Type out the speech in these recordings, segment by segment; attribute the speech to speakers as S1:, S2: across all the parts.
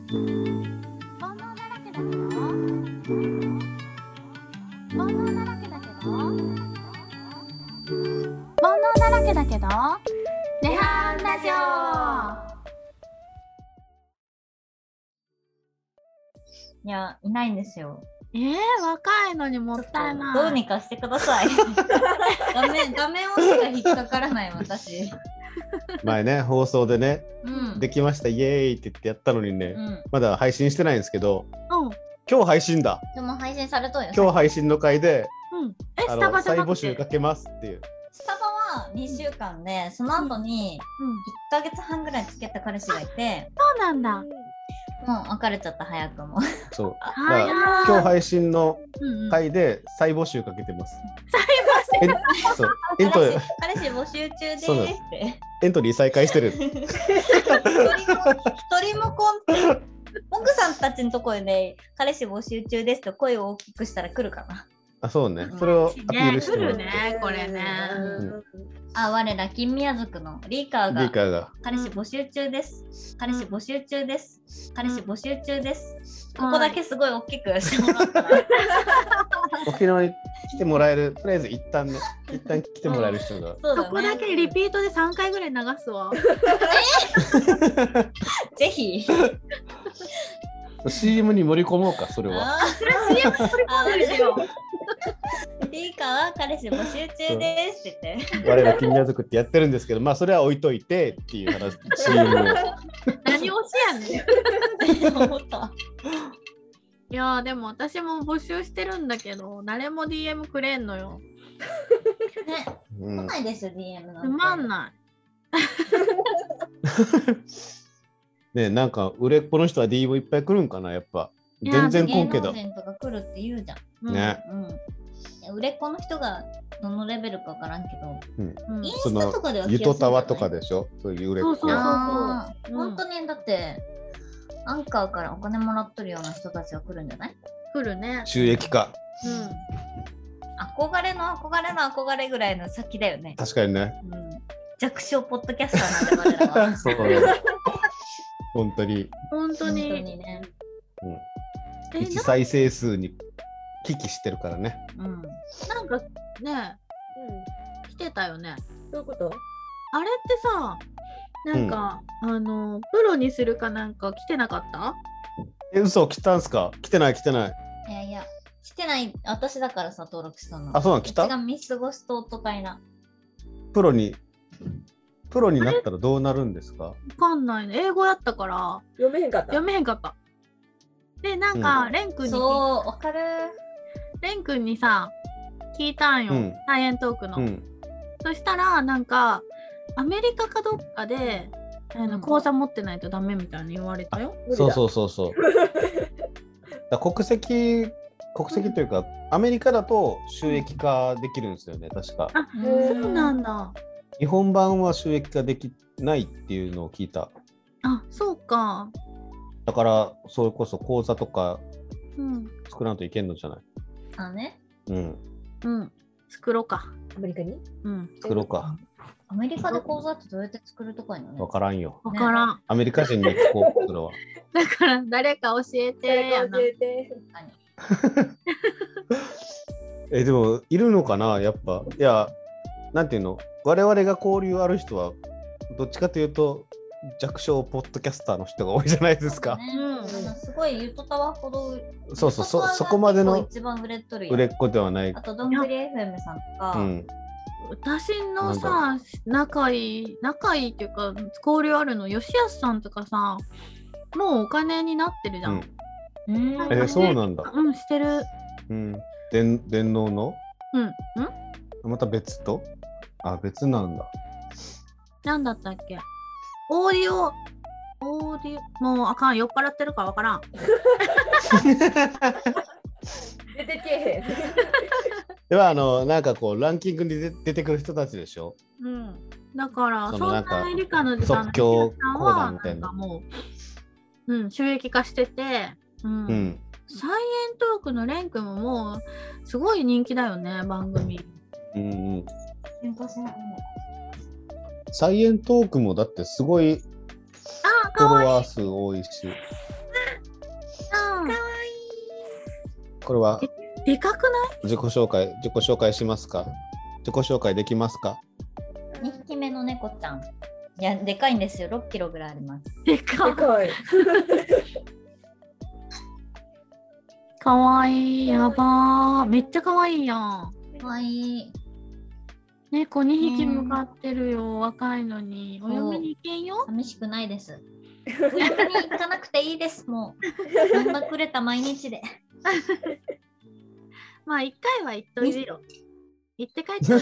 S1: 煩悩だらけだけど煩悩だらけだけど煩悩だらけだけど涅槃ラジ
S2: いや、いないんですよ。
S1: オえー、若いのにもったいない
S2: どうにかしてくだ さい。画面、画面押しが引っかからない、私。
S3: 前ね、放送でね、
S2: うん。
S3: できました、イエーイって言ってやったのにね、
S2: うん。
S3: まだ配信してないんですけど、
S1: うんうん
S3: 今日配信だ。
S2: でも配信されとんよ。
S3: 今日配信の回
S1: え
S3: で、あ
S1: スタ
S3: の
S1: バじゃ
S3: 再
S1: な
S3: 募
S1: く
S3: 集
S1: て
S3: かけますっていう。
S2: スタバは2週間で、その後に
S1: うん
S2: 1ヶ月半ぐらい付き合った彼氏がいて、
S1: そうなんだ
S2: もう別れちゃった、早くも。
S3: そう。だか
S1: は
S3: ら
S1: い
S3: 今日配信の
S1: うんうん
S3: 回で再募集かけてます。
S1: 再
S3: 募集そうエント
S2: 彼
S3: リ
S2: 氏
S3: ー
S2: 彼氏募集中でーす
S3: そうな
S2: っ
S3: んで
S2: て。
S3: エントリー再開してる。
S2: 一人も一人もコンペ奥さんたちのとこで、ね、彼氏募集中ですと声を大きくしたら来るかな。
S3: あ、そうね
S2: う。ん
S3: それをアピールして
S1: 来
S3: もら
S1: る
S3: って。
S1: ねこれね
S3: うん
S2: あ、我ら金宮族のリーカー
S3: リーカ
S2: が
S3: ーが。
S2: 彼氏募集中です。彼氏募集中です。彼氏募集中です。ここだけすごい大きく してもらったら。
S3: 沖縄に来てもらえる、とりあえず一旦ね、一旦来てもらえる 人が。
S2: そ
S1: そ
S2: うだね
S1: こだけリピートで3回ぐらい流すわ。
S2: ぜひ。
S3: CM に盛り込もうか、それは。
S2: あ
S1: それ CM 取り込んでるよ。
S2: ーリーカーは彼氏募集中ですって 言って。
S3: 我ら金魚族ってやってるんですけど、まあそれは置いといてっていう話、CM を。
S1: 何推しやねん。い
S2: 思った
S1: やーでも私も募集してるんだけど、誰も DM くれんのよ。
S2: ね、
S3: う
S2: 来
S3: ん、
S2: ないですよ、DM なん
S1: つ
S2: て
S1: まんな
S3: ねなんか売れっ子の人は DM いっぱい来るんかなやっぱ
S1: いや
S3: 全然
S2: 芸
S3: 来んけ
S2: 能
S3: ど
S2: 人とか来るって言うじゃん。
S1: い。
S3: ね
S2: うん。いや売れっ子の人がどのレベルかわからんけど、
S1: うん。うん
S2: イン
S3: そ
S2: ス
S3: の
S2: タとかでは
S3: ゆとたわとか
S2: で。
S3: でしょそういう売れっ子
S1: そうそうそう
S2: あー
S1: うん
S2: 本当にだって、アンカーからお金もらっとるような人たちが来るんじゃない
S1: 来るね。
S3: 収益化
S1: うん。
S2: 憧れの憧れの憧れぐらいの先だよね。
S3: 確かにね。
S2: うん、弱小ポッドキャスターなんで我々は
S3: そう本当に、
S1: 本当
S2: 本当
S1: に。
S2: にね。
S3: う
S1: え
S3: ん、一再生数に危機してるからね
S2: うん。
S1: ななんかね、来てたよね。
S4: どういうこと
S1: あれってさ、なんか、あのプロにするかなんか来てなかった？
S3: え嘘来たんすか来てない来てない
S2: いやいや、来てない、私だからさ、登録したの。
S3: あそうなの来た
S2: うちが見過ごすと夫会な。
S3: プロにプロになったらどうなるんですか
S1: わかんないね。英語やったから
S4: 読めへんかった。
S1: 読めへんかった。でなんか、
S4: うん
S1: レン君に聞いて
S2: そう、わかる。
S1: レン君にさ聞いたんよ、
S3: うん
S1: サイエントークの、
S3: うん
S1: そしたらなんかアメリカかどっかで、あ
S2: う
S1: の
S2: ん
S1: 口座持ってないとダメみたいに言われたよ、
S4: 無理だ
S3: そうそうそうそう だから国籍国籍というかアメリカだと収益化できるんですよね確か
S4: ん
S1: そ
S4: へ
S1: うなんだ
S3: 日本版は収益化できないっていうのを聞いた
S1: あそうか
S3: だからそれこそ講座とか
S1: うん
S3: 作らんといけんのじゃない
S2: あね。
S3: うん
S1: うん作ろうか
S4: アメリカに
S1: うん
S3: 作ろうか
S2: アメリカで講座ってどうやって作るとかいのね
S3: わ。からんよ
S1: わからん、
S3: アメリカ人に聞こうそれ は
S1: だから誰か教えて
S4: 誰
S1: や
S4: か
S1: な
S4: 教えて。
S3: えでもいるのかなやっぱいやなんていうの我々が交流ある人はどっちかというと弱小ポッドキャスターの人が多いじゃないですか
S2: ねうんすごいゆとたわほど
S3: そうそうそ
S2: ゆとたわが
S3: そこまで
S2: 結
S3: の
S2: 構一番売れっとるやん
S3: 売れっ子ではない
S2: あとどんぐり FM さんとか、
S3: うん
S1: 私のさ仲いい仲いいっていうか交流あるの吉安さんとかさもうお金になってるじ
S3: う
S1: ゃん、
S3: ん
S2: うん
S3: えそうなんだ
S1: うん、してる。
S3: うん電電脳の
S1: うん。ん
S3: また別とあ別なんだ
S1: なんだったっけオーディオ、オーディオ、もうあかん、酔っ払ってるからわからん。
S4: 出てけえ
S3: ではあのなんかこうランキングに出出てくる人たちでしょ
S1: うん。だから、そ
S3: そ
S1: ん
S3: のなんか
S1: なエリカの時間の
S3: 即興
S1: さん
S3: 講
S1: は
S3: 談みた
S1: ないん
S3: な
S1: かもう、うん、収益化してて、うん。
S3: うん
S1: サイエントークのレン君ももう、すごい人気だよね、番組。
S3: うんうん
S2: 喧嘩しない
S3: サイエントークもだってすごいフォロワー数多いし、これは
S1: でかくない
S3: 自己紹介、自己紹介しますか自己紹介できますか
S2: 二匹目の猫ちゃん。いや、でかいんですよ。6キロぐらいあります。
S1: でか
S4: でかい。
S1: かわいいやばーめっちゃかわいいやん
S2: かわいい。
S1: 猫2匹向かってるよ、若いのにお嫁に行けんよ
S2: 寂しくないです。お嫁に行かなくていいです。もう。飲んだくれた毎日で。
S1: まあ一回は行っといでよ行って帰って
S2: そ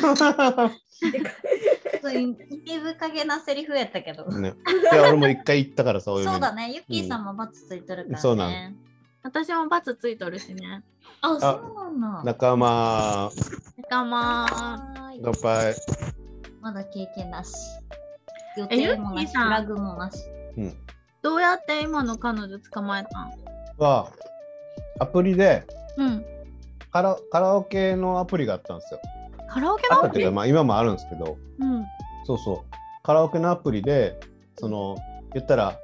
S2: ういう息深げなセリフやったけど。
S3: ね、いや俺も一回行ったからさ、お嫁に
S2: そうだね。ユッキーさんもバツついてるから、ね
S3: そうな
S1: 私も罰ついとるしね
S2: あ、そうなんだ。
S3: 仲間、
S1: 仲間
S2: はーい
S3: 乾杯。
S2: まだ経験なし。予
S1: えユ
S2: 定も
S1: ッキー
S2: なし、
S1: さん
S2: フラグもなし。
S1: どうやって今の彼女捕まえたん
S3: は、アプリで
S1: うん
S3: カラカラオケのアプリがあったんですよ。
S1: カラオケ
S3: あっ
S1: の
S3: たっていうか、まあ今もあるんですけど、
S1: うん
S3: そうそう。カラオケのアプリで、その、言ったら、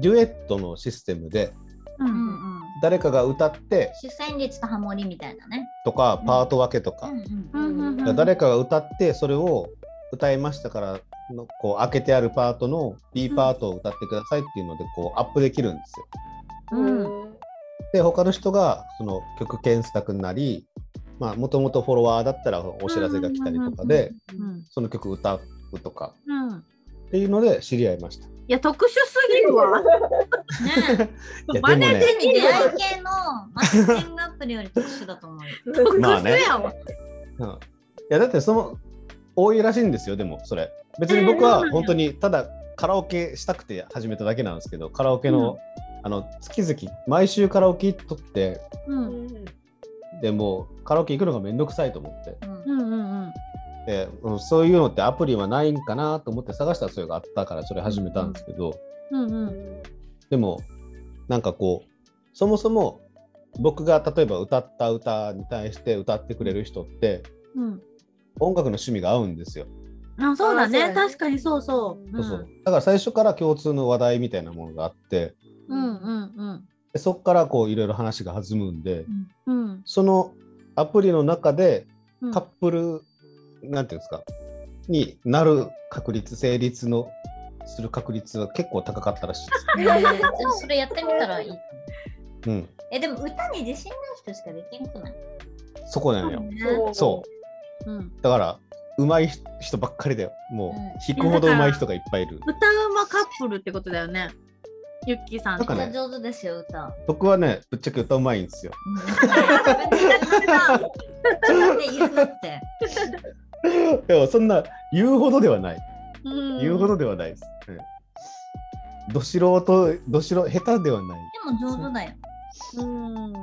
S3: デュエットのシステムで、
S1: う
S2: うん
S1: ん
S2: うん。
S3: 誰かが歌って
S2: 主旋律とハモリみたいなね。
S3: とか、パート分けとか、
S1: う
S2: ん
S1: んうんうん
S3: だから誰かが歌って、それを歌いましたからの、こう、開けてあるパートの B パートを歌ってくださいっていうので、こう、アップできるんですよ。
S1: うん
S3: で、他の人が、その曲検索になり、まあ、もともとフォロワーだったらお知らせが来たりとかで、
S1: うん
S3: その曲歌うとか
S1: うん
S3: っていうので知り合いました。
S1: いや特殊すぎるわね
S3: いや
S1: 真似
S3: でもね
S1: でき
S2: 出
S1: る
S2: 会
S1: わ
S2: い系のマッチングアプリより特殊だと思うよ。
S1: 特
S3: まあね
S1: 殊やわ
S3: うんいやだってその多いらしいんですよでもそれ別に僕
S1: えーそうなん
S3: は
S1: や
S3: 本当にただカラオケしたくて始めただけなんですけどカラオケの,、あの月々毎週カラオケ行っとって
S1: うん
S3: でもうカラオケ行くのがめんどくさいと思って
S2: うん
S1: うんうんうん
S3: で、うんそういうのってアプリはないんかなと思って探したらそれがあったからそれ始めたんですけど、
S1: うんうん
S3: でもなんかこうそもそも僕が例えば歌った歌に対して歌ってくれる人って
S1: うん
S3: 音楽の趣味が合うんですよ。
S1: あそうだね
S4: あそうだね
S1: 確かにそうそう。
S3: そうそうだから最初から共通の話題みたいなものがあって
S1: うんうんうん
S3: でそこからこういろいろ話が弾むんで
S1: うん
S3: そのアプリの中で
S1: うん。
S3: カップル、なんていうんですかになる確率成立のする確率は結構高かったらしいで
S2: えーそれやってみたらいいかも。
S3: す。うん、
S2: え、でも歌に自信ない人しかできんくない
S3: そこな
S1: そ
S3: の
S1: う
S3: よ。
S1: ね。
S3: そう
S1: うん。
S3: だから上手い人ばっかりだよ。も
S2: うん
S3: う引くほど上手い人がいっぱいいる。
S1: 歌うまカップルってことだよね。ユッキーさん
S3: なん
S1: と
S3: かね
S2: 歌上手ですよ、歌。
S3: 僕はねぶっちゃけ歌うまいんですよ。
S2: うん自分で言うって。
S3: でもそんな言うほどではない。
S1: うん
S3: 言うほどではないです。うんど素人、ど素人、下手ではない。
S2: でも上手だよ。
S1: うん。
S3: だ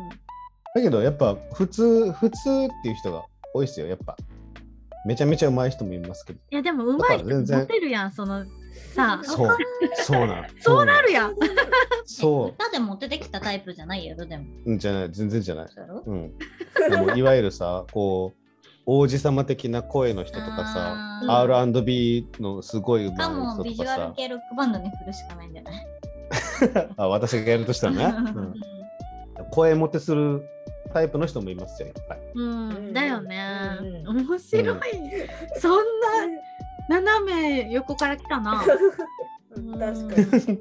S3: けど、やっぱ普通、普通っていう人が多いですよ、やっぱ。めちゃめちゃ上手い人もいますけど。
S1: いやでもうまい
S3: だから
S1: 人
S3: 全然
S1: モテるやんそのさあ。
S3: そう、そうなん。
S1: そうなるやん。
S3: そ
S2: 歌でモテてきたタイプじゃないやろ、でも。
S3: う、うんじゃない、全然じゃない。
S2: そうやろ
S3: うん。でもいわゆるさ、こう、王子様的な声の人とかさ、
S2: あー
S3: R&B のすごい上手
S2: かも
S3: い
S2: ビ
S3: 人
S2: ジュ
S3: と
S2: アル
S3: か
S2: 系ロックバンドに振るしかないんじゃない
S3: さ、 あ私がやるとしたらね、うん声モテするタイプの人もいますよ、いっぱい。
S1: うん。だよね
S4: う。ん
S1: 面白い。そんな斜め横から来たな。
S4: うん確かに。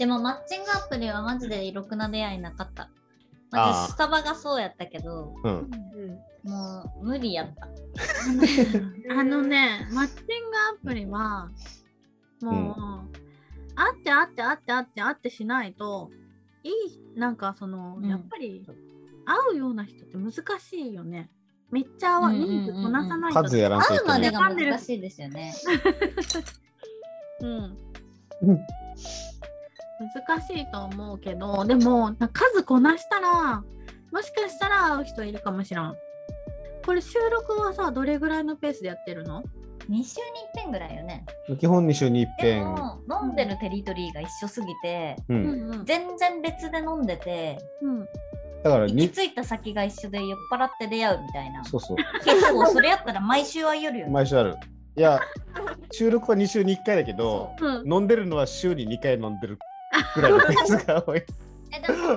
S2: でもマッチングアプリはマジでろくな出会いなかった。
S3: あ
S2: 私
S3: ー
S2: スタバがそうやったけど、
S3: うん。
S2: もう無理やった。
S1: あのね、マッチングアプリは、もう、あってあってあってあってあってしないと、いい、なんかその、
S2: うん
S1: やっぱり、合うような人って難しいよね。めっちゃ合わ、
S2: うんうんうんうん
S1: 人数こなさないと。
S3: 数やらんと
S2: 会
S3: いうけな
S2: ま
S3: い
S2: でが難しいですよね。
S1: うん
S3: うん
S1: 難しいと思うけど、でも、な数こなしたら、もしかしたら会う人いるかもしらん。これ収録はさ、どれぐらいのペースでやってるの
S2: 2週に1遍ぐらいよね。
S3: 基本2週に1
S2: で
S3: 遍。
S2: も飲んでるテリトリーが一緒すぎて、
S3: う、
S1: うんんうん。
S2: 全然別で飲んでて、
S1: うん
S3: だから
S2: 行き
S3: に、
S2: 着いた先が一緒で酔っ払って出会うみたいな。
S3: そうそう、
S2: 結構それやったら毎週は夜よね。
S3: 毎週ある。いや、収録は2週に1回だけど、
S1: うん
S3: 飲んでるのは週に2回飲んでるぐらいのペースが多い。
S2: えでも本当に収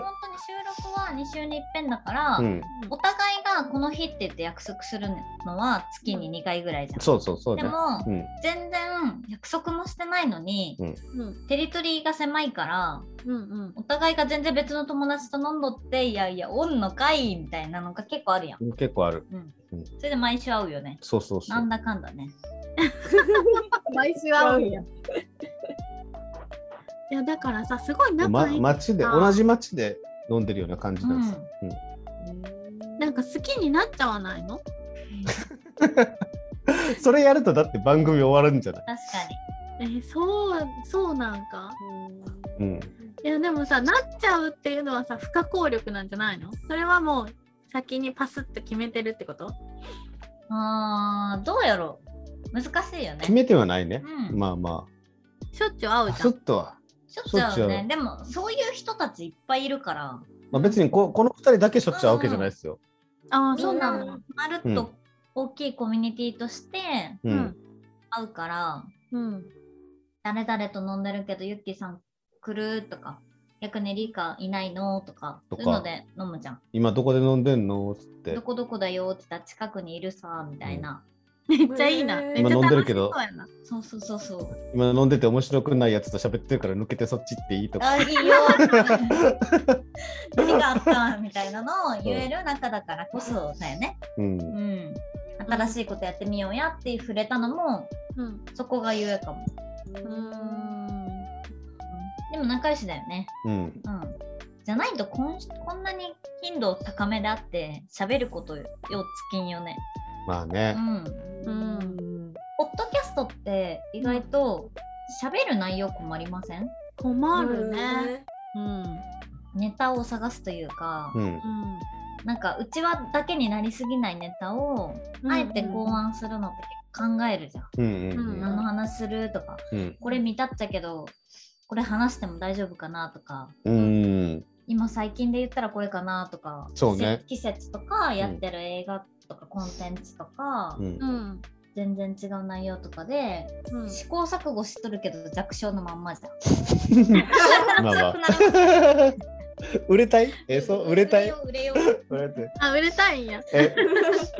S2: 録は2週に一遍だから、
S3: うん、
S2: お互いがこの日って言って約束するのは月に2回ぐらいじゃん。
S3: そうそうそう
S2: で
S3: ね。
S2: も、
S3: うん、
S2: 全然約束もしてないのに、
S1: うん
S2: テリトリーが狭いから、
S1: うんうん
S2: お互いが全然別の友達と飲んどって、いやいや、おんのかいみたいなのが結構あるやん。
S3: 結構ある。
S2: うん
S3: うん。
S2: それで毎週会うよね。
S3: そうそうそ
S2: な。
S3: うん
S2: だかんだね。
S1: 毎週
S4: 会う ん
S1: い
S4: や
S1: やだからさすごい
S3: ま、
S1: 仲いい、
S3: 街で、同じ街で飲んでるような感じ
S2: う
S3: なん
S2: ん
S3: ですよ。。
S1: なんか好きになっちゃわない の
S3: それやると、だって番組終わるんじゃない
S2: 確かに。
S1: えーそうそうなんか
S3: うん。
S1: いやでもさなっちゃうっていうのはさ不可抗力なんじゃないのそれはもう先にパスッと決めてるってこと
S2: あー、どうやろう。難しいよね。
S3: 決めてはないね。
S2: うん
S3: まあま
S1: しょっちゅう会う
S3: あ、
S1: じ
S3: ち
S1: ゃ
S3: ょ
S1: ん
S3: っとは。
S2: しょっちゅう会う
S3: しょっちゅう会
S2: ね
S3: う。
S2: でも、そういう人たちいっぱいいるから、
S3: まあ、別にここの2人だけしょっちゅう会うわけじゃないですよ。
S1: ああ
S2: み
S1: そうんな
S2: な
S1: の
S2: まるっと大きいコミュニティとして
S3: う
S1: うんん。
S2: 会うから、
S1: うん
S2: 誰々と飲んでるけど、ゆっきーさん来るとか、逆にリカいないのとか、
S3: と
S2: そ
S3: か
S2: ういうので飲むじゃん。
S3: 今どこで飲んでんのつって
S2: ど。こどこだよって言ったら近くにいるさ、みたいな。
S1: めっちゃいいな。
S4: ね
S1: め
S4: え
S1: っちゃ
S3: 今飲ん
S1: 楽
S3: でる
S1: しそ
S3: けど
S1: うやな。
S2: そうそうそうそう。
S3: 今飲んでて面白くないやつと喋ってるから抜けてそっち行っていいとか。
S2: あ、いいよ。何があったみたいなのを言える仲だからこそだよね。
S3: うん。
S2: うん。新しいことやってみようやって触れたのも、
S1: うん。
S2: そこがゆえかも。
S1: うー
S2: でも仲良しだよね。
S3: うん。
S2: うん。じゃないとこんこんなに頻度高めであって喋ることよ尽きんよね。
S3: まあね
S2: う。ん。
S4: うん
S2: ポッドキャストって意外と喋る内容困りません
S1: ん。困るね。。うん。うん。
S2: ネタを探すというか、
S3: うん。
S2: なんかうちわだけになりすぎないネタを、あえて考案するのって考えるじゃん。
S3: うん。う
S1: うん
S3: ん。
S2: 何の話するとか、
S3: うん。
S2: これ見たっちゃけど、これ話しても大丈夫かなとか、
S3: うん。
S2: 今最近で言ったらこれかなとか、
S3: そうね
S2: 季節とかやってる映画とかコンテンツとか、
S3: うん
S1: う。ん。
S2: 全然違う内容とかで、
S1: うん。
S2: 試行錯誤しとるけど弱小のまんまじゃん。
S3: まあま
S2: 辛
S3: あ
S2: くなる
S3: 売れたいえ、そう、売れたい
S2: 売れよう売れよう
S3: 売れたい。
S1: あ、売れたいんや。
S3: え、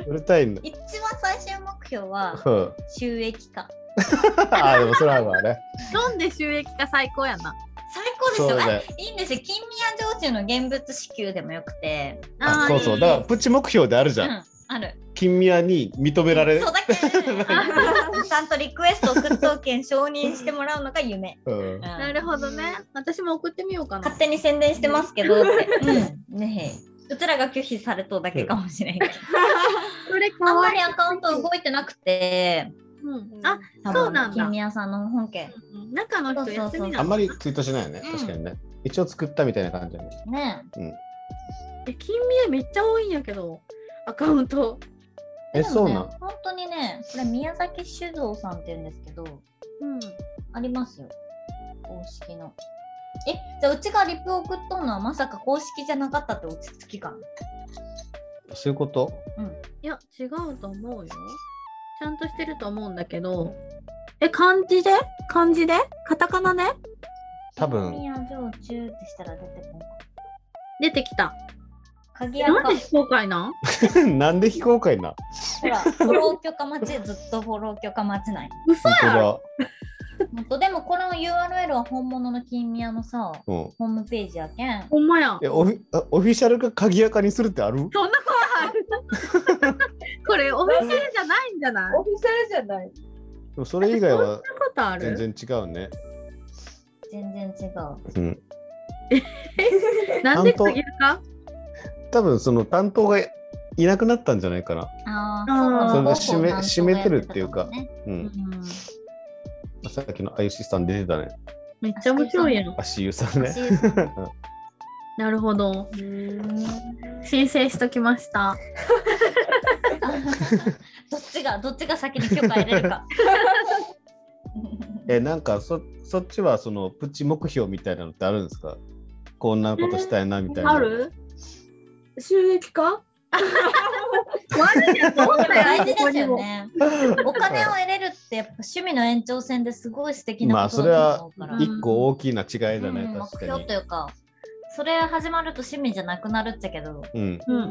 S3: 売れたいんだ。
S2: 一番最終目標 は
S3: うん。
S2: 収益化。
S3: ああ、でもそれはまあね。
S1: 飲んで収益化最高やな。
S2: 最高でし
S3: そう
S2: ょ、
S3: だ
S2: ね、
S3: ね。
S2: いいんですよ。金宮焼酎の現物支給でもよくて。
S3: あそうそう。
S1: いい
S3: だからプチ目標であるじ
S2: う
S3: ゃん。
S2: ん、ある。
S3: 金宮に認められる
S2: そう。だ けちゃんとリクエスト送っとけん承認してもらうのが夢。
S3: うん。
S1: な
S2: な
S1: るほどね。私も送ってみようかな
S2: 勝。手に宣伝してますけ どって。うん、ねえ。うちらが拒否されとうだけかもしれん けど。
S1: それ
S2: あん
S1: 可
S2: ま
S1: 愛い
S2: り。アカウント動いてなくて、
S1: うん。あ、
S2: 多
S1: そうなん
S2: 分
S1: だ
S2: 金宮さんの本家。
S1: うん中の人休み
S2: そうそうそう
S3: あ
S1: なんの。
S3: まりツイートしないよね。
S2: うん
S3: 確かにね。一応作ったみたいな感じだね。
S2: ね
S1: え金宮めっちゃ多いんやけど。アカウント。
S2: え。
S3: え、そう
S2: で
S3: な
S2: も
S3: ん
S2: ね本当にね、これ宮崎酒造さんって言うんですけど、
S1: うん。
S2: ありますよ。公式の。え、じゃあうちがリプ送っとんのはまさか公式じゃなかったって落ち着きかな。
S3: そういうこと
S1: いや、違うと思うよ。ちゃんとしてると思うんだけど。え、漢字で漢字でカタカナで
S3: 多分
S2: 金宮焼酎ってしたら出てこんか。
S1: 出てきた。
S2: 鍵や
S1: なん
S2: か
S1: で。非公開なん
S3: なんで非公開な
S2: ほら、 フォロー許可待ち、ずっとフォロー許可待ちない。
S1: 嘘やろ
S3: 本
S2: もっとでもこの URL は本物の金宮のさ、
S3: 当だ。うん。
S2: ホームページやけん。
S1: ほんまや。
S3: え、オフィあオフィシャルが鍵垢にするってある
S1: そんなことない。これお店じゃないんじゃない
S4: オフィシャルじゃない。
S3: でもそれ以外は
S1: そんなことあ
S3: 全
S1: る
S3: 然違うね。
S2: 全然違う。
S3: うん。
S1: なんで鍵か
S3: 多分その担当がいなくなったんじゃないかな。
S2: あ
S1: あー
S2: あ、
S3: それが締め締めてるっていうかう。
S1: うんん
S3: さっきのあゆしさん出てたね。
S1: めっちゃ面白いやん。
S3: あしゆさんね。
S1: なるほど。 申請しときました。
S2: どっちが、どっちが先に許可得れるか。
S3: え、なんかそそっちはそのプチ目標みたいなのってあるんですかこんなことしたいなみたいな。
S1: ある
S4: 収益化
S1: 悪いやつおったよ
S2: 大事 で
S1: ここ
S2: す
S1: に
S2: よ
S1: も
S2: ね。お金を得れるってやっぱ趣味の延長線ですごい素敵なことだと思うから。
S1: まあそれは
S3: 一個大きな違いだ
S2: う
S3: ね
S2: ん、
S3: 確
S2: 目
S3: か
S2: 標
S3: に
S2: と。いうか、それ始まると趣味じゃなくなるっちゃけど、
S3: うん。
S1: うんうんう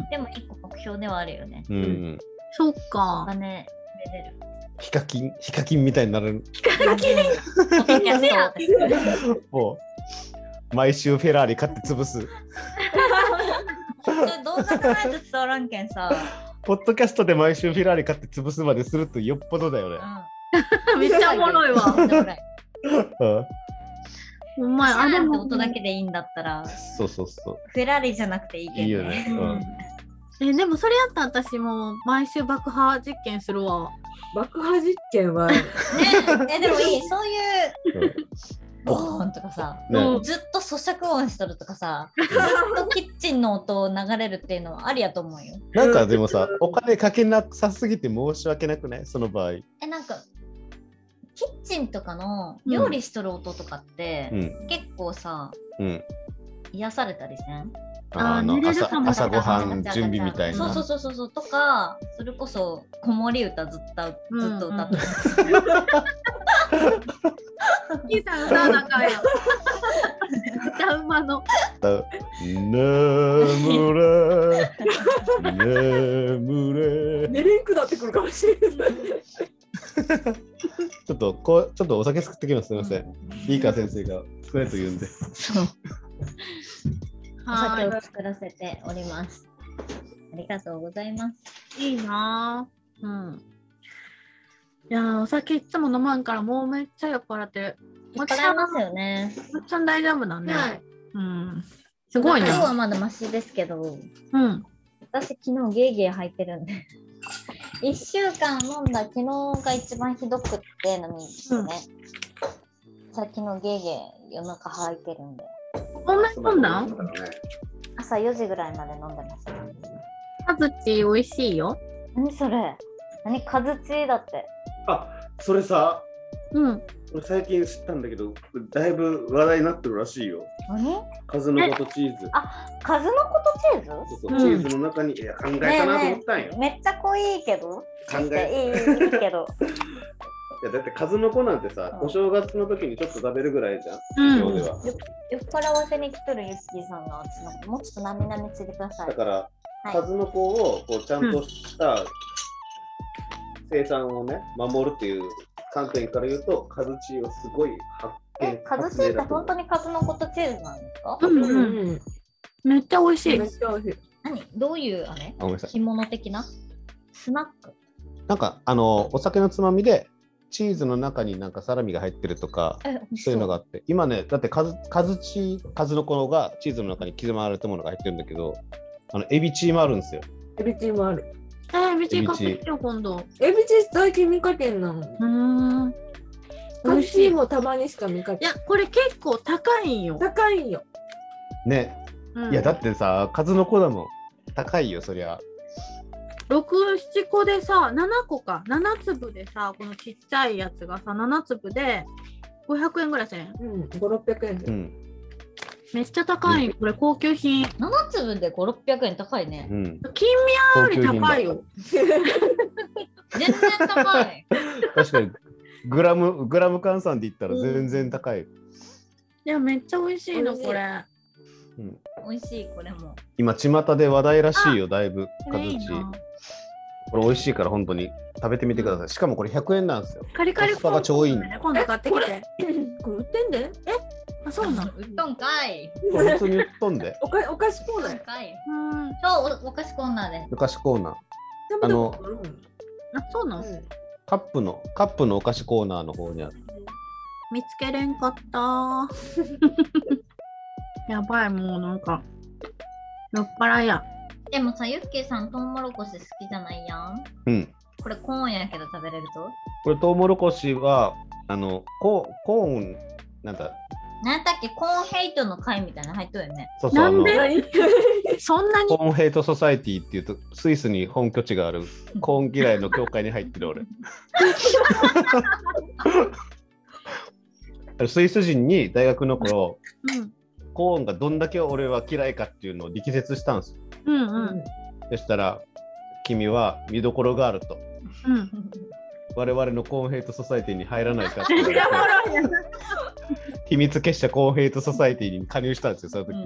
S1: ん
S2: でも一個目標ではあるよね。
S3: うんうん。
S1: そっ
S2: お
S1: か
S2: 金得れる。
S3: ヒカキン、ヒカキンみたいになる。
S2: ポッドキ ャストをですね
S3: もう、毎週フェラーリ買って潰す。
S2: それ動画がないと伝わらんけんさ。
S3: ポッドキャストで毎週フェラーリ買って潰すまでするとよっぽどだよね。
S1: めっちゃおもろいわ
S2: うん。でもね
S3: うん
S1: お前
S2: あ
S1: あ
S2: れ
S1: れ
S2: って
S1: も
S2: 音だけでいいんだったら、
S3: そうそうそう。
S2: フェラーリじゃなくていいけど、ね。
S3: いいよね。うん
S1: えでもそれやったら私もう毎週爆破実験するわ
S4: 爆破実験 は
S2: ねえでもいい、そういう、
S3: うん
S2: ボーンとかさ。
S1: う
S3: ね
S1: ん
S2: ずっと咀嚼音しとるとかさ、ずっとキッチンの音を流れるっていうのはありやと思うよ。
S3: なんかでもさ、お金かけなさすぎて申し訳なくないその場合。
S2: え、なんか、キッチンとかの料理しとる音とかって、
S3: うん。
S2: 結構さ、
S3: うん。
S2: 癒されたりせん
S1: あー
S3: あの
S1: 寝れる
S3: 朝
S1: かも
S3: 朝ごはん準備みたいな。
S2: そうそうそうそうとかそれこそ子守歌ずっとずっと歌って、
S1: キーさん歌うなあかんやん歌うま の
S3: 眠れ 眠れ
S4: 寝れんくなってくるかもしれない。
S3: ちょっとこうちょっとお酒作ってきますすみません。いいか先生が作れと言うんで。
S2: そうお
S1: は
S2: 酒
S1: ー
S2: を作らせておりますありがとうございます
S1: いいいなあうんいやーお酒いっつも飲まんからもうめっちゃ酔っ払ってる
S2: 酔っ払いますよね
S1: おっちゃん大丈夫だね、
S4: はい
S1: うんすごい
S2: 今日は
S1: な
S2: まだマシですけど
S1: うん
S2: 私昨日ゲーゲー吐いてるんで 1週間飲んだ昨日が一番ひどくってのにちょっとね、さっきのゲーゲー夜中吐いてるんで
S1: こんな飲んだん
S2: 朝4時ぐらいまで飲んでます
S1: カズチ美味しいよ
S2: 何それ何カズチだって
S5: あそれさ
S1: うん
S5: 俺最近知ったんだけどだいぶ話題になってるらしいよ
S2: 何
S5: 数のことチーズ
S2: カズのことチー
S5: そう
S2: ズ
S5: そう、
S1: うん
S5: チーズの中にいや考えたなと思ったんよ、
S2: めっちゃ濃いけど
S5: 考
S2: いいい
S5: え
S2: いいいけど
S5: いやだって数の子なんてさ、
S2: うん
S5: お正月の時にちょっと食べるぐらいじゃん
S1: うん
S5: 量では、
S2: 酔っ払わせに来とるユッキーさんが私のもうちょっとなみなみついてください
S5: だから、
S2: はい
S5: 数の子をこうちゃんとした生産をね守るっていう観点から言うと数チーはすごい発
S2: え
S5: 見
S2: カズ
S5: 発
S2: チーズ
S5: 明
S2: って
S5: だと思
S2: 本
S5: う
S2: 当にカズのことチーズなんですか、
S1: うんうん
S4: うん。
S1: めっちゃ美味しい
S4: めっちゃ美味しい。
S2: 何どういうあれ
S3: あごめんなさい。
S2: 干物的なスナック
S3: なんかあのお酒のつまみでチーズの中になんかサラミが入ってるとか。
S2: え、美味し
S3: そういうのがあって今ねだって数数チ数の子がチーズの中に刻まれたものが入ってるんだけどあのエビチーもあるんですよ
S4: エビチーもある。
S1: えー、ビチ買ってきてよ今度
S4: エビチー最近見かけんなの。
S1: うーん美
S4: カ
S1: 味
S4: ズチ
S1: しい
S4: ー
S1: い
S4: もたまにしか見かけん
S1: や。これ結構高いんよ、
S4: 高いんよ。
S3: ね
S1: うん、
S3: いやだってさ数の子だもん高いよそりゃ
S1: 67個でさ7個か7粒でさこのちっちゃいやつがさ7粒で500円ぐらいせん
S4: うん、五六百円で
S3: う。ん
S1: めっちゃ高いんよこれ高級品
S2: 7粒で500円高いね
S3: うん
S1: 金
S3: 高
S1: 宮より高いよ
S2: 全然高い
S3: 確かにグラムグラム換算で言ったら全然高い、
S1: いやめっちゃ美味しいの
S4: 美味しい
S1: これ
S3: うん、
S2: 美味しいこれも
S3: 今巷で話題らしいよだいぶ
S1: こ
S3: カ
S1: れ
S3: ズ
S1: いい
S3: チ
S1: な
S3: これ美味しいから本当に食べてみてくださいしかもこれ100円なんですよ
S1: カリカリ
S3: コスパが超いいね
S1: 今度買ってきて
S4: これ売ってんで。
S1: あそうなん
S2: うっとんかい
S3: これ普通に売っとんで
S4: おか、お菓子
S2: う
S4: コー
S2: っ
S4: ナ
S2: とん
S4: ー。
S2: かいう
S1: ーんあ
S2: 超おお菓子コーナーです
S3: お菓子コーナー
S4: 食べたことあるもん。
S1: そうなん
S4: うん
S3: カップのカップのお菓子コーナーの方にある
S1: 見つけれんかった やばいもうなんか酔っ払いや
S2: でもさユッキーさんトウモロコシ好きじゃないやん
S3: うん
S2: これコーンやけど食べれると
S3: これトウモロコシはあのココーンなんだ
S2: なんだっけコーンヘイトの会みたいなの入っとる よね
S3: そうそう
S1: な
S3: あ
S1: ん
S3: の
S1: で
S4: 何
S1: そんなに
S3: コーンヘイトソサイティっていうとスイスに本拠地があるコーン嫌いの教会に入って る俺スイス人に大学の頃
S1: うん
S3: コーンがどんだけ俺は嫌いかっていうのを力説したんですよ
S1: うんうん
S3: そしたら君は見どころがあると。
S1: うん。
S3: 我々のコーンヘイトソサエティに入らないかって
S1: め
S3: 言
S1: っ
S3: われ
S1: ち ゃおもろ
S3: て
S1: いやん。
S3: 秘密結社コーンヘイトソサエティに加入したんですよ、その時。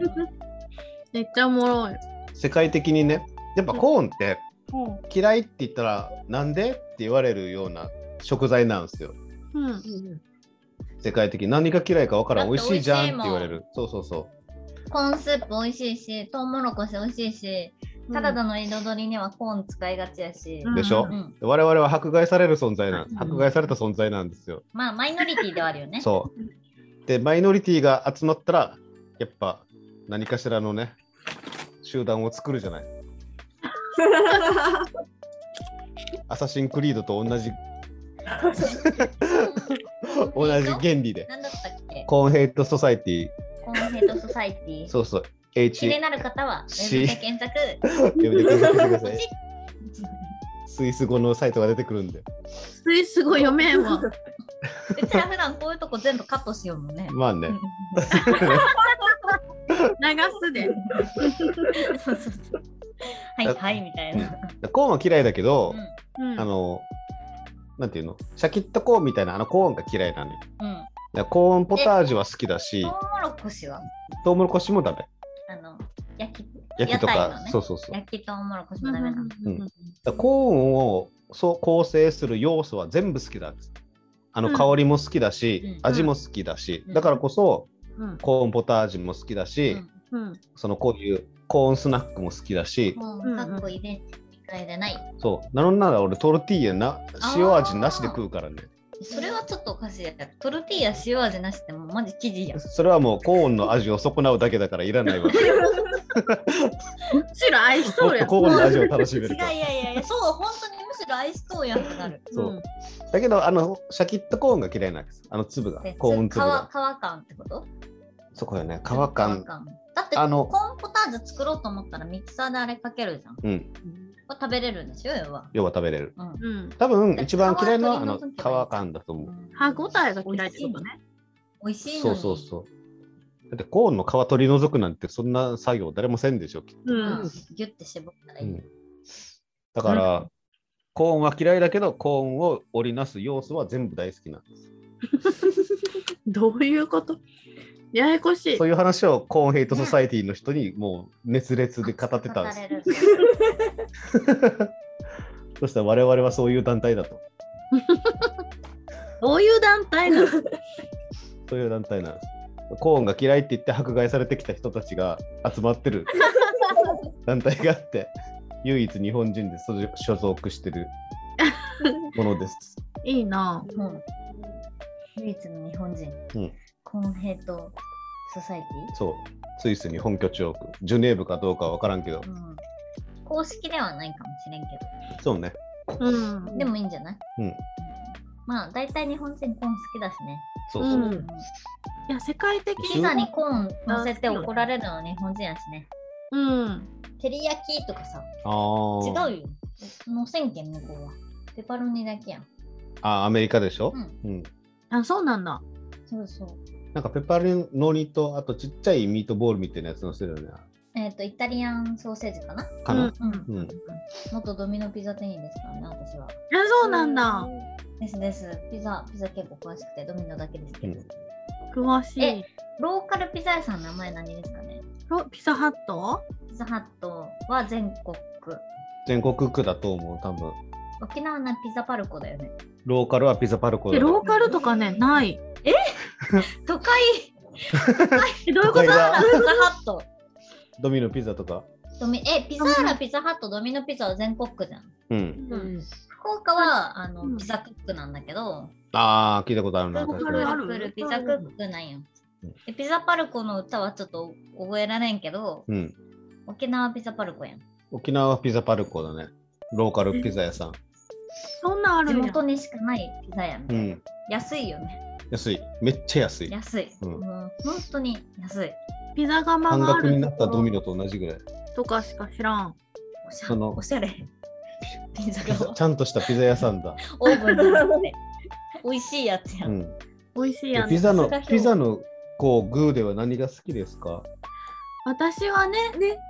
S1: めっちゃおもろい。
S3: 世界的にね、やっぱコーンって
S1: うん。
S3: 嫌いって言ったらなんでって言われるような食材なんですよ。
S1: うん。
S3: 世界的に何が嫌いか分からん
S2: だっ
S3: 美
S2: て
S3: 味しいじゃんっ
S2: 美味していもん
S3: 言われるそうそうそ
S2: コーンスープ美味しいし、トウモロコシ美味しいし、サラダの彩りにはコーン使いがちやし、
S1: うん
S3: でしょ
S2: うん
S3: う我々は迫害される存在なん
S4: うん
S3: 迫害された存在なんですよ
S2: まあマイノリティではあるよね。
S3: そうでマイノリティが集まったらやっぱ何かしらのね集団を作るじゃないアサシンクリードと同じ同じ原理で
S2: 何だったっけ
S3: コーンヘイトソサイティ
S2: コーンヘイトソサイティ。
S3: そうそう
S2: 気
S3: H
S2: になる方は、ウェブで検索。
S3: やめてくださいやめてください
S2: ポチ
S3: スイス語のサイトが出てくるんで
S1: それすごい読めん わ。
S2: ッうちら普段こういうとこ全部カットしようもんね。
S3: まあね
S2: うん
S1: 流すで。
S2: そうそうそうはいはいみたいな。
S3: コーンは嫌いだけど、
S2: うん
S1: うん。
S3: あの、なんていうの、シャキッとコーンみたいなあのコーンが嫌いなのよ。だか
S2: うん
S3: らコーンポタージュは好きだし
S2: トウ、モロコシは
S3: トウモロコシもダメ。
S2: あの焼き
S3: 焼きと
S2: 屋台
S3: か、
S2: のね
S3: そうそうそう。だか
S2: 焼きトウモロコシ
S1: う
S2: も
S1: ん
S2: ダメなの。
S1: うん
S3: らコーンをそう構成する要素は全部好きだっつってあの
S1: うん
S3: 香りも好きだし、
S2: うん
S3: 味も好きだし、
S2: うん
S3: だからこそ
S1: うん
S3: コーンポタージュも好きだし、
S1: うんうん
S3: そのこういうコーンスナックも好きだし、
S2: も
S1: う
S2: うんかっこいいで使いじゃない。
S3: そうなのなら俺トルティーヤな塩味なしで食うからね
S2: それはちょっとおかしいやつ。トルティーヤ塩味なしでもマジ生地やん。
S3: それはもうコーンの味を損なうだけだからいらないわけ
S1: むしろ愛し
S3: も
S1: そ
S3: っ
S1: う
S3: と
S1: やん。
S3: コーンの味を楽し
S2: 違
S3: め
S2: う
S3: る
S2: い
S3: から
S2: やいやいや、そう、本当にむしろアイストーやんってなる。
S3: そうんだけど、あの、シャキッとコーンが嫌いなんです。あの粒が
S2: で、
S3: コーン
S2: 皮
S3: 粒が
S2: 皮。感ってこと
S3: そこよね、皮感。
S2: だって
S3: あの
S2: コーンポタージュ作ろうと思ったらミキサーであれかけるじゃん。こ
S3: うん、
S2: れ食べれるんでしょ、要は。
S3: 要は食べれる。
S2: うん
S1: うん。
S3: 多分、一番嫌いなのは、あ
S2: 皮
S3: の、
S2: 取り除けばいい
S3: 皮感だと思う。
S1: 歯ごたえが嫌いってことね。
S2: 美味しい
S3: そ
S2: の
S3: う
S2: に。
S3: そうそう。だって、コーンの皮取り除くなんて、そんな作業誰もせんでしょ。きっと
S1: う。
S2: うんんギュッて絞ったらいい。
S3: うんだから、コーンは嫌いだけど、コーンを織りなす要素は全部大好きなんです。
S1: どういうことややこしい
S3: そう。いう話をコーンヘイトソサイティの人にもう熱烈で語ってたんです。
S2: です。
S3: そしたら我々はそういう団体だと。
S1: どういう団体なの
S3: そういう団体なんです。コーンが嫌いって言って迫害されてきた人たちが集まってる団体があって、唯一日本人で所属所属してるものです。
S1: いいなぁ。
S2: もう唯一の日本人、
S3: うん
S2: コーンヘイトソサイテ
S3: そう、スイスに本拠地を置く、ジュネーブかどうかは分からんけど
S2: ィ、、うん、公式ではないかもしれんけ
S3: そうね、
S1: うん。
S2: ど、でもいいんじゃない
S3: うん、
S2: まあ、大体日本人コーン好きだしね。
S3: そう
S1: う
S3: そう。
S1: んいや、世界的
S2: ピザに
S1: に。
S2: コーン乗せて怒られるのは日本人やしね。
S1: うん。
S2: 照り焼きとかさ、違
S3: ああ、
S2: うよ。乗せんけん、向こうは。ペパロニだけやん。
S3: あアメリカでしょ
S2: う、ん、
S3: うん、
S1: あ、そうなんだ。
S2: そうそう。
S3: なんかペパルノニと、あとちっちゃいミートボールみたいなやつのせるよね。
S2: えっ、と、イタリアンソーセージかな
S3: か
S1: う
S3: な、
S1: ん。あ、
S3: うん
S2: 元ドミノピザ店員ですからね、私は。
S1: そうなんだ。
S2: ですです。ピザ、ピザ結構詳しくて、ドミノだけですけど。
S3: うん
S1: 詳しい
S2: え。ローカルピザ屋さんの名前何ですかね
S1: ロピザハット
S2: ピザハットは全国区。
S3: 全国区だと思う、多分。
S2: 沖縄のピザパルコだよね。
S3: ローカルはピザパルコ
S1: え
S3: だから
S1: ローカルとかね、ない。
S2: 都会
S1: え、どういうこと
S3: 都会
S2: ピザ
S3: だ
S2: ハット。
S3: ドミノピザとか。
S2: ドミえ、ピザーラ、ピザハット、ドミノピザは全国区じゃん。
S3: うん。
S4: うん
S2: 福岡はあの、
S1: うん
S2: ピザクックなんだけど、
S3: ああ、聞いたことあるな。
S1: ロー
S3: 確
S1: カ
S3: か
S1: ル
S2: く
S3: に
S1: あ
S2: る
S1: る
S2: くるピザクックなんよ。でピザパルコの歌はちょっと覚えられんけど、
S3: うん。
S2: 沖縄ピザパルコやん。
S3: 沖縄はピザパルコだね。ローカルピザ屋さん。
S1: そんなんある
S2: 地
S1: んや。
S2: 元にしかないピザやん。
S3: うん。
S2: 安いよね。
S3: 安い。めっちゃ安い。
S2: 安い。
S3: うん
S2: もう本当に安い。
S1: ピザ窯
S3: 半
S1: があ
S3: 額に
S1: る
S3: なったドミノと同じぐらい。
S1: とかしか知らん。
S2: おしゃ
S3: その
S2: おし ゃれ。ピザ
S3: ピザ
S2: が
S3: ちゃんとしたピザ屋さんだ。
S2: オーブンじゃな くて。美味しいやつや。
S3: うんん。
S1: 美味しい
S3: で
S1: や
S3: ピ
S1: ね。
S3: ザ
S2: さ
S3: の
S2: すが、評
S3: ピザの、こう、グーでは何が好きですか
S1: 私はね、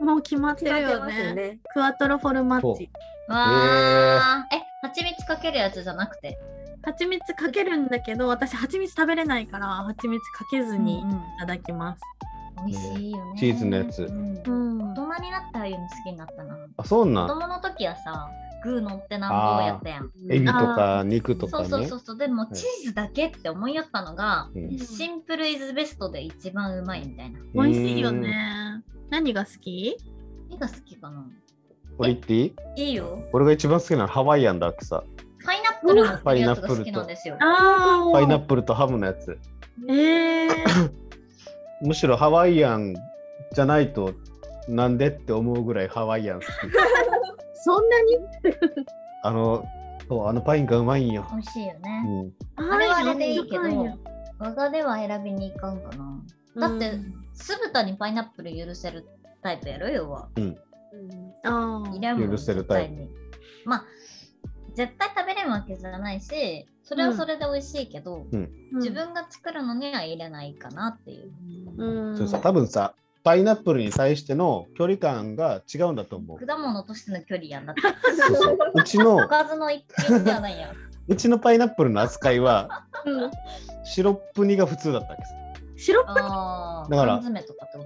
S1: もう決まってるよね。
S4: ね。
S1: クワトロフォルマッチ。
S2: わー。え、蜂蜜かけるやつじゃなくて。
S1: 蜂蜜かけるんだけど私蜂蜜食べれないから蜂蜜かけずに
S2: うんうん
S1: いただきます、
S2: 美味しいよね。
S3: チーズのやつ
S2: うん
S1: うん
S2: 大人になってああいうの好きになったな。
S3: あ、そう
S2: 子
S3: なん
S2: 供の時はさ、グー乗ってなんぼやったやん。
S3: エビとか肉と
S2: そ
S3: か
S2: うそう
S3: ね
S2: そう。そう。でも
S3: い
S2: チーズだけって思いやったのが、
S3: うん
S2: シンプルイズベストで一番うまいみたいな。
S1: 美味しいよ。ね何が好き
S2: 何が好きかな
S3: うん俺言っていい
S2: いいよ。
S3: 俺が一番好きなのはハワイアンだっけさ。
S2: パイナップルのやつが好きなんですよ。
S1: あ
S3: パイナップルとハムのやつ。
S1: えー、
S3: むしろハワイアンじゃないとなんでって思うぐらいハワイアン好き。
S1: そんなに
S3: あの、そう、あのパインがうまいんよ。
S2: 美味しいよ
S3: う
S2: ね。
S3: ん。
S2: あれはあれでいいけ
S1: ハ
S2: ど
S1: ワイアンや、
S2: 我がでは選びに行かんかな。だって
S1: うん
S2: 酢豚にパイナップル許せるタイプやろ要は。
S4: うん
S1: あー
S2: いらんもん
S3: 許せるタイプ
S2: 絶対にまあ絶対食べれるわけじゃないしそれはそれで美味しいけど、
S1: うん
S2: 自分が作るのには入れないかなっていう。
S1: うん
S3: そうさ、多分さ、パイナップルに対しての距離感が違うんだと思う。
S2: 果物としての距離やんだって。
S3: そうそううち
S2: お
S3: の、
S2: かずの一品ではないやん。
S3: うちのパイナップルの扱いは、
S1: うん
S3: シロップ煮が普通だったわけさ
S1: シロッ
S2: ああ、
S3: だから
S2: 缶詰とかってこ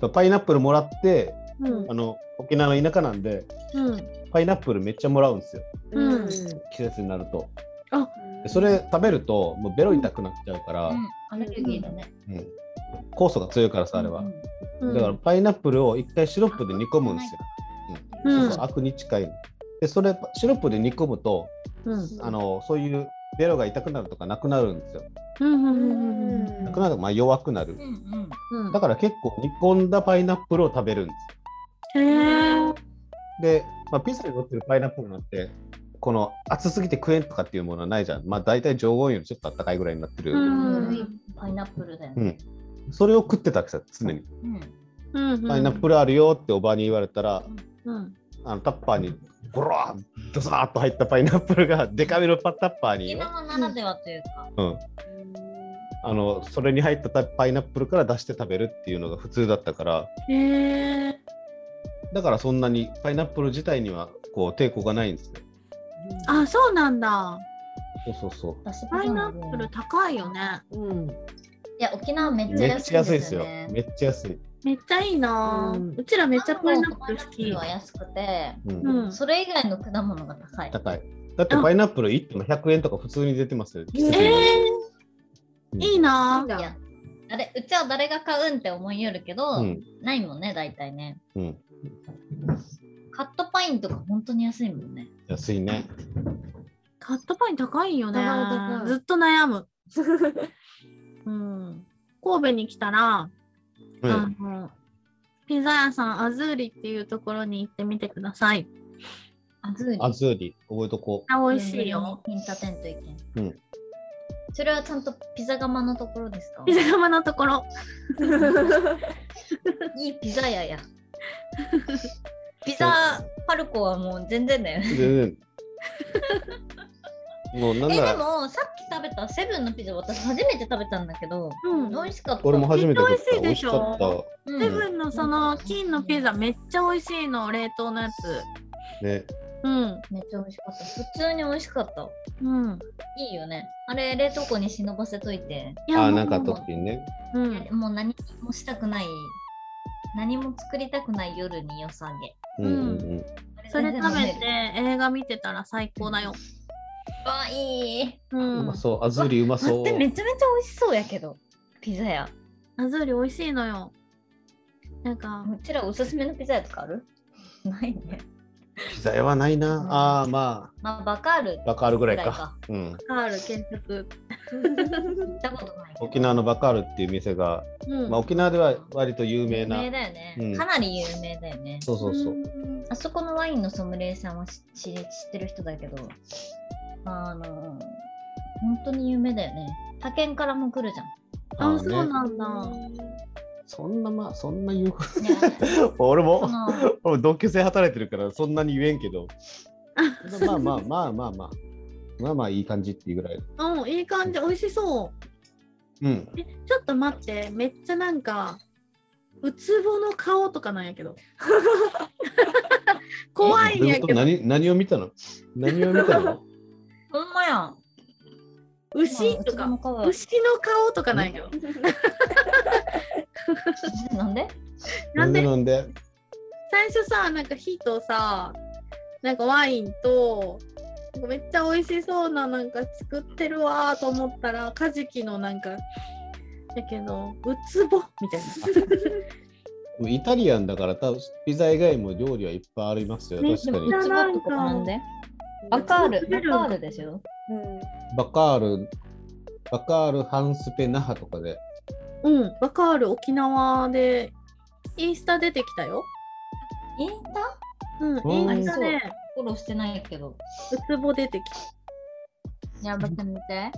S3: そう。パイナップルもらって、
S1: プうん
S3: あの、沖縄の田舎なんで、
S1: うん
S3: パイナップルめっちゃもらうんですよ。
S1: うん
S3: 季節になると。で
S4: うん
S3: それ食べると、もうベロ痛くなっちゃうか
S2: と。
S3: ら
S2: う、ん、アレルギーだね。
S3: うん酵素が強いからさ、あれ
S2: う
S3: は
S2: ん。うん
S1: うん
S3: だからパイナップルを一回シロップで煮込むんですよ。
S1: うん
S3: そうそうアクに近い。でそれシロップで煮込むと
S1: うん
S3: あのそういうベロが痛くなるとかなくなるんですよ。
S1: うんう
S4: うん
S1: うんうんうん
S4: ん
S3: なくなるとまあ弱くなる
S2: う。ん
S1: うん
S3: だから結構煮込んだパイナップルを食べるんで
S1: へえ
S3: す。で、まあ、ピザに乗ってるパイナップルなんてこの熱すぎて食えんとかっていうものはないじゃん。まあ大体常温よりちょっとあったかいぐらいになってる。
S2: うん。
S1: うん
S2: 古いパイナップルだよ
S3: う
S2: ね。
S3: ん。それを食ってたわけさ常に。
S2: うん。
S3: パイナップルあるよっておばに言われたら
S1: ルうん
S3: あのタッパーにゴローンドサーッと入ったパイナップルがデカめのパタッパーに
S2: 沖
S3: よ、
S2: 縄ならではというか、
S3: うん、あのそれに入ったタパイナップルから出して食べるっていうのが普通だったから
S1: へえ
S3: だからそんなにパイナップル自体にはこう抵抗がないんですよ
S1: あそうなんだ
S3: そうそうそう
S2: 私
S1: パイナップル
S2: い
S1: 高いよね
S4: うん
S2: や、沖縄めっちゃ
S3: めっちゃ
S2: 安
S3: 安
S2: いんで
S3: いですす
S2: よ
S3: よ
S2: ね。
S3: めっちゃ安い、
S1: めっちゃいいな
S4: うん
S1: うちらめっちゃパイナップル好き
S2: パイナップルは安くて、
S3: うん
S1: うん
S2: それ以外の果物が高い。
S3: 高いだってパイナップル1点も100円とか普通に出てますよ季
S1: え
S3: 節によって
S1: ーいいない
S4: い
S2: い やあれうちは誰が買うんって思いよるけど、
S3: うん
S2: ないもんね大体ね
S3: うん、
S2: カットパインとか本当に安いもんね
S3: 安いね
S1: カットパイン高いよね
S4: 高い高い
S1: ずっと悩む うん神戸に来たら
S3: う
S1: あ
S3: ん
S1: のピザ屋さんアズーリっていうところに行ってみてください。
S2: アズーリ
S3: アズーリ覚えとこ
S1: あ美味しいよ。
S2: ピンタテント意見、
S3: うん
S2: それはちゃんとピザ窯のところですか
S1: ピザ窯のところ。
S2: いいピザ屋やピザパルコはもう全然だよ
S3: う
S2: ね
S3: 全然もうなん
S2: えで
S3: なら
S2: もさっき食べたセブンのピザ私初めて食べたんだけど
S1: うん。
S2: 美味しかった
S3: 俺も初めて食っ
S1: め
S3: た
S1: っちゃ
S3: 美
S1: 美
S3: 味
S1: 味し
S3: し
S1: いでしょ
S3: かった
S2: うん
S1: セブンのその金のピザめっちゃ美味しいの冷凍のやつ。
S3: ね、
S1: うん
S2: めっちゃ美味しかった普通に美味しかった
S1: うん。
S2: いいよね。あれ、冷凍庫に忍ばせといて、
S1: い
S3: あー
S1: もう
S3: なんかあった時にね、
S1: うん。
S2: もう何もしたくない、何も作りたくない夜に良さげ。
S3: うんうん
S2: あ
S1: それ食べて
S2: わ
S1: 映画見てたら最高だよ。
S2: あ、いい。
S1: う。
S3: うん、うんま
S1: ア
S3: そうアズーリうま
S2: 待
S3: そ
S2: っ
S3: う
S2: て、めちゃめちゃ美味しそうやけど、ピザ屋。
S1: ズーリ美味しいのよ。なんか
S2: うちらおすすめのピザ屋とかあるないね。
S3: ピザ屋はないな、
S2: うん
S3: ああま
S2: まあ、バカール
S3: あバカールぐ
S2: ぐ
S3: ら
S2: ら
S3: い
S2: い
S3: か
S2: か。
S3: うん、
S1: カール建築。
S2: 行ったことないけど。
S3: 沖縄のバカールっていう店が、
S1: うん。
S3: まあ、沖縄では割と有名な
S2: 有名だよね、
S3: うん
S2: かなり有名だよね。
S3: そうそうそう、
S1: ん
S2: あそこのワインのソムリエさんは知知知ってる人だけど、あの、本当に有名だよね。他県からも来るじゃん。
S1: あ
S3: ー
S1: そうなんだ。
S3: そんなまあそんな言うこ
S2: ね
S3: と 俺
S2: そ
S3: も
S2: の
S3: 俺も同級生働いてるからそんなに言えんけどまあまあまあまあまあまあまあいい感じっていうぐらい
S1: うんいい感じ美味しそう。
S3: うん
S1: えちょっと待ってめっち ゃなんかウツボの顔とかなんやけど怖いんや
S3: どう
S1: け
S3: うこと
S1: ど。
S3: 何何を見たの何を見たの
S2: ほんまやん。
S1: 牛と
S2: うち
S1: か、
S2: の顔
S1: 牛の顔とかないよ。
S2: なんで
S1: なんで
S3: なんで
S1: 最初さ、なんか火とさ、なんかワインと、なんかめっちゃ美味しそうななんか作ってるわーと思ったら、カジキのなんか、だけど、ウツボみたい
S3: イタリアンだから多分ピザ以外も料理はいっぱいありますよ
S1: ね
S3: 確か
S2: でも、
S3: に
S1: でも
S2: うちばとかなんでバカール、バカールでしょ
S4: うん
S3: バカールバカールハンスペ那覇とかで
S1: な。うん、バカール沖縄で、インスタ出てきたよ。
S2: インスタ
S1: うん、
S3: おー
S1: インスタで、
S2: フォローしてないけど。
S1: ウツボ出てきた。
S2: やばく見て。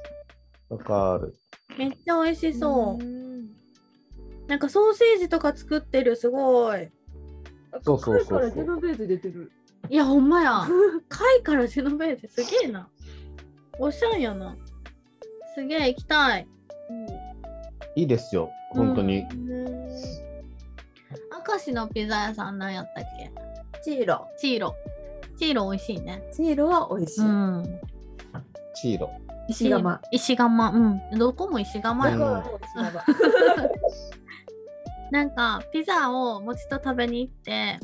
S3: バカール
S1: めっちゃ美味しそう。
S4: ん
S1: なんかソーセージとか作ってるすごい。
S3: そうそうそうそう
S4: 貝からジェノベーゼ出てる。
S1: いやほんまや。 貝からジェノベーゼすげえな。おしゃんやな。すげえ行きたい。
S3: いいですよ本当に、
S1: うん。明石のピザ屋さんなんやったっけ
S4: チーロ。
S1: チーロ。チーロ美味しいね。
S4: チーロは美味しい。
S1: ん。
S3: チーロ
S4: 石窯。
S1: 石窯。うん。どこも石窯
S3: う
S1: や
S3: ん
S1: な。
S4: 石窯
S1: なんかピザを餅と食べに行って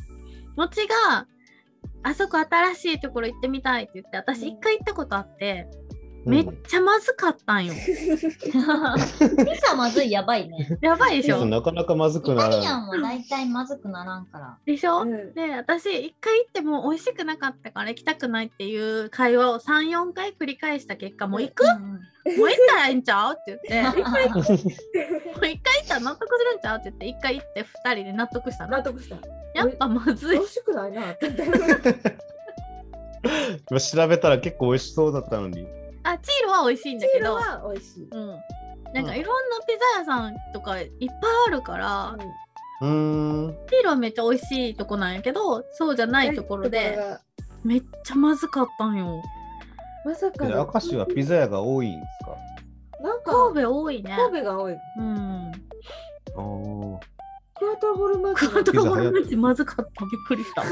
S1: 餅があそこ新しいところ行ってみたいって言って私一回行ったことあって、めっちゃまずかった んよ
S2: ピザまずいやばいね。
S1: やばいでし
S3: ち
S1: ょ
S3: なかなかまず
S2: イ
S3: くな
S2: タ
S3: ら
S2: リア
S3: ない
S2: ンは大体まずくならんから。
S1: でしょ、
S4: うん
S1: で私一回行っても美味しくなかったから行きたくないっていう会話を34回繰り返した結果もう行 く、
S2: うん
S1: もう行ったらいいんちゃうって言っても
S2: う
S1: う一回行ったら納得するんちゃうって言って一回行って2人で納得した
S4: 納
S1: な
S4: 得した。
S1: やっぱまず
S4: 美
S1: い
S4: 味しくないな。
S3: 今調べたら結構美味しそうだったのに
S1: あチーロは美味しいんだ
S4: チ
S1: け
S4: ーロ
S1: ど
S4: は美味しい。
S1: うん、なんかいろんなピザ屋さんとかいっぱいあるから、
S3: うーん
S1: ピーロはめっちゃ美味しいとこなんやけどそうじゃないところ
S4: とこ
S1: で
S4: ろが。
S1: めっちゃまずかったんよ
S4: まさかの。
S3: 明石はピザ屋が多いんですか
S4: なんか
S1: 神戸多いね
S4: 神戸が多い。
S1: うん
S3: あー
S4: クワトロホルマン
S1: カ
S4: チー
S1: ート
S3: ザ流行
S1: ホ
S3: ってる
S1: ルムチまずかったびっくりした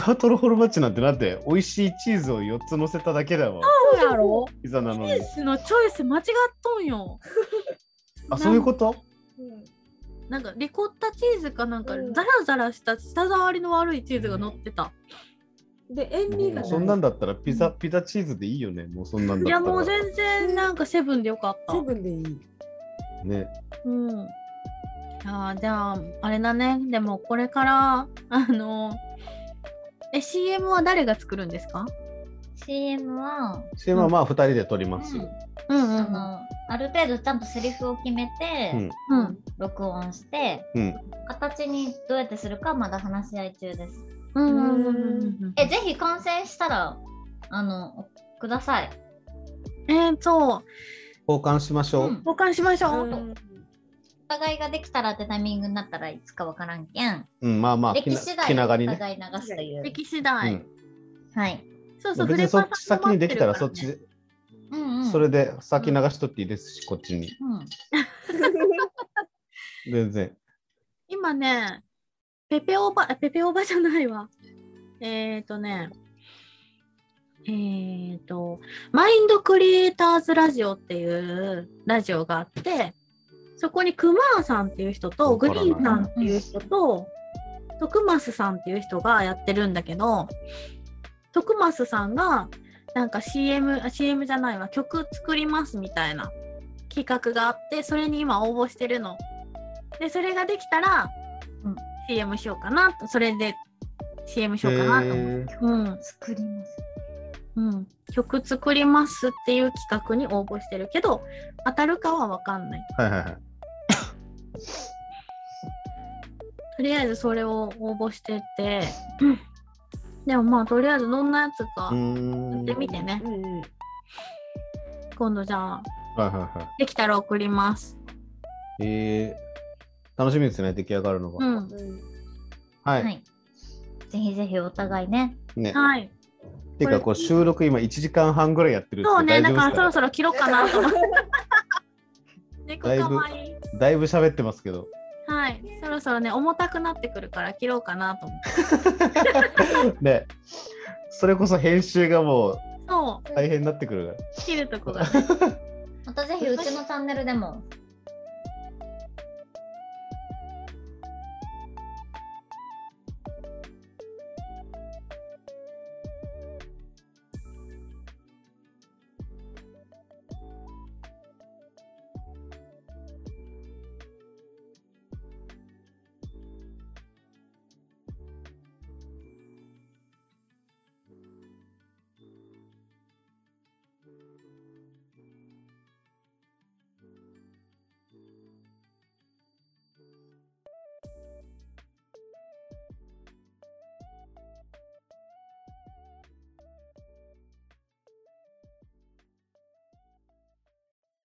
S3: ハートロホルマッチなんてなんて美味しいチーズを4つ乗せただけだわ
S1: そうやろ
S3: ピザなの
S1: チ
S3: に
S1: ーズのチョイス間違っとんよ
S3: あそういうこと
S1: なんかリコッタチーズかなんか
S4: うん
S1: ザラザラした舌触りの悪いチーズが乗ってた、
S4: で塩味が
S3: もうそんなん
S4: だ。
S3: だったらピザピザチーズでいいよねもうそんな
S1: い
S3: んだった
S1: や
S3: ら
S1: もう全然なんかセブンでよかった
S4: セブンでいい。
S3: ね
S1: うん。あーじゃああれだねでもこれからあのえ CM は誰が作るんですか
S2: CM は、
S3: それはまあ2人で撮りますよ、
S1: うんう
S2: あの、ある程度ちゃんとセリフを決め
S3: う
S2: て
S3: ん、
S1: うん
S2: 録音して、
S3: うん
S2: 形にどうやってするかまだ話し合い中です。
S1: うんうんうんうん
S2: え、ぜひ完成したら、あの、ください。
S1: えー、そう
S3: 交換しましょう、
S2: うん
S1: 交換しましょう、
S4: うん
S2: お互いができたらってタイミングになったらいつかわからんけん。
S3: うんまあまあ
S2: 歴
S3: 気な
S2: 史
S3: 気
S2: 次第
S3: 長に
S2: お
S3: ね、
S2: 互い流すという。
S1: 歴史大、
S3: うん
S2: はい。
S1: そうそう
S3: 別にそっち先にできたらそっち
S1: フレ
S3: で、
S2: うんうん。
S3: それで先流しとっていいですしこっちに
S2: うん。
S1: パさんが待ってるから
S3: 全然
S1: ね今ねペペオバあペペオバじゃないわえっ、ー、とねえー、とマインドクリエイターズラジオっていうラジオがあってそこにクマーさんっていう人と
S3: わか
S1: グ
S3: ら
S1: リ
S3: ない
S1: ーンさんっていう人と徳増さんっていう人がやってるんだけど徳増さんがなんか CM あ CM じゃないわ曲作りますみたいな企画があってそれに今応募してるの。でそれができたら、
S2: うん
S1: CM しようかなとそれで CM し
S3: へ
S1: ようかなと思って。
S3: ー
S1: うん
S2: 作ります。
S1: うん、曲作りますっていう企画に応募してるけど当たるかは分かんない
S3: はいはいはい
S1: とりあえずそれを応募してて、うんでもまあとりあえずどんなやつか
S3: うー
S1: やっ
S3: ん
S1: てみてね、
S4: うんうん。
S1: 今度じゃあ
S3: はいはいはい
S1: できたら送ります
S3: えー、楽しみですね出来上がるの
S1: う
S3: が、
S1: ん
S4: うん
S3: は、
S2: はいい。ぜひぜひお互いね。
S3: ね
S1: はい
S3: ていうかこう収録今1時間半ぐらいやってるって
S1: そうね
S3: 大
S1: だ
S3: 丈
S1: か
S3: 夫です
S1: らそろそろ切ろうかなと思って猫
S3: だいぶ
S1: かわいい
S3: だいぶ喋ってますけど
S1: はい。そろそろね、重たくなってくるから切ろうかなと思って。
S3: ね、それこそ編集がもう
S1: そ
S3: 大変になってくるから。
S1: う、切るとこがね。
S2: またぜひうちのチャンネルでも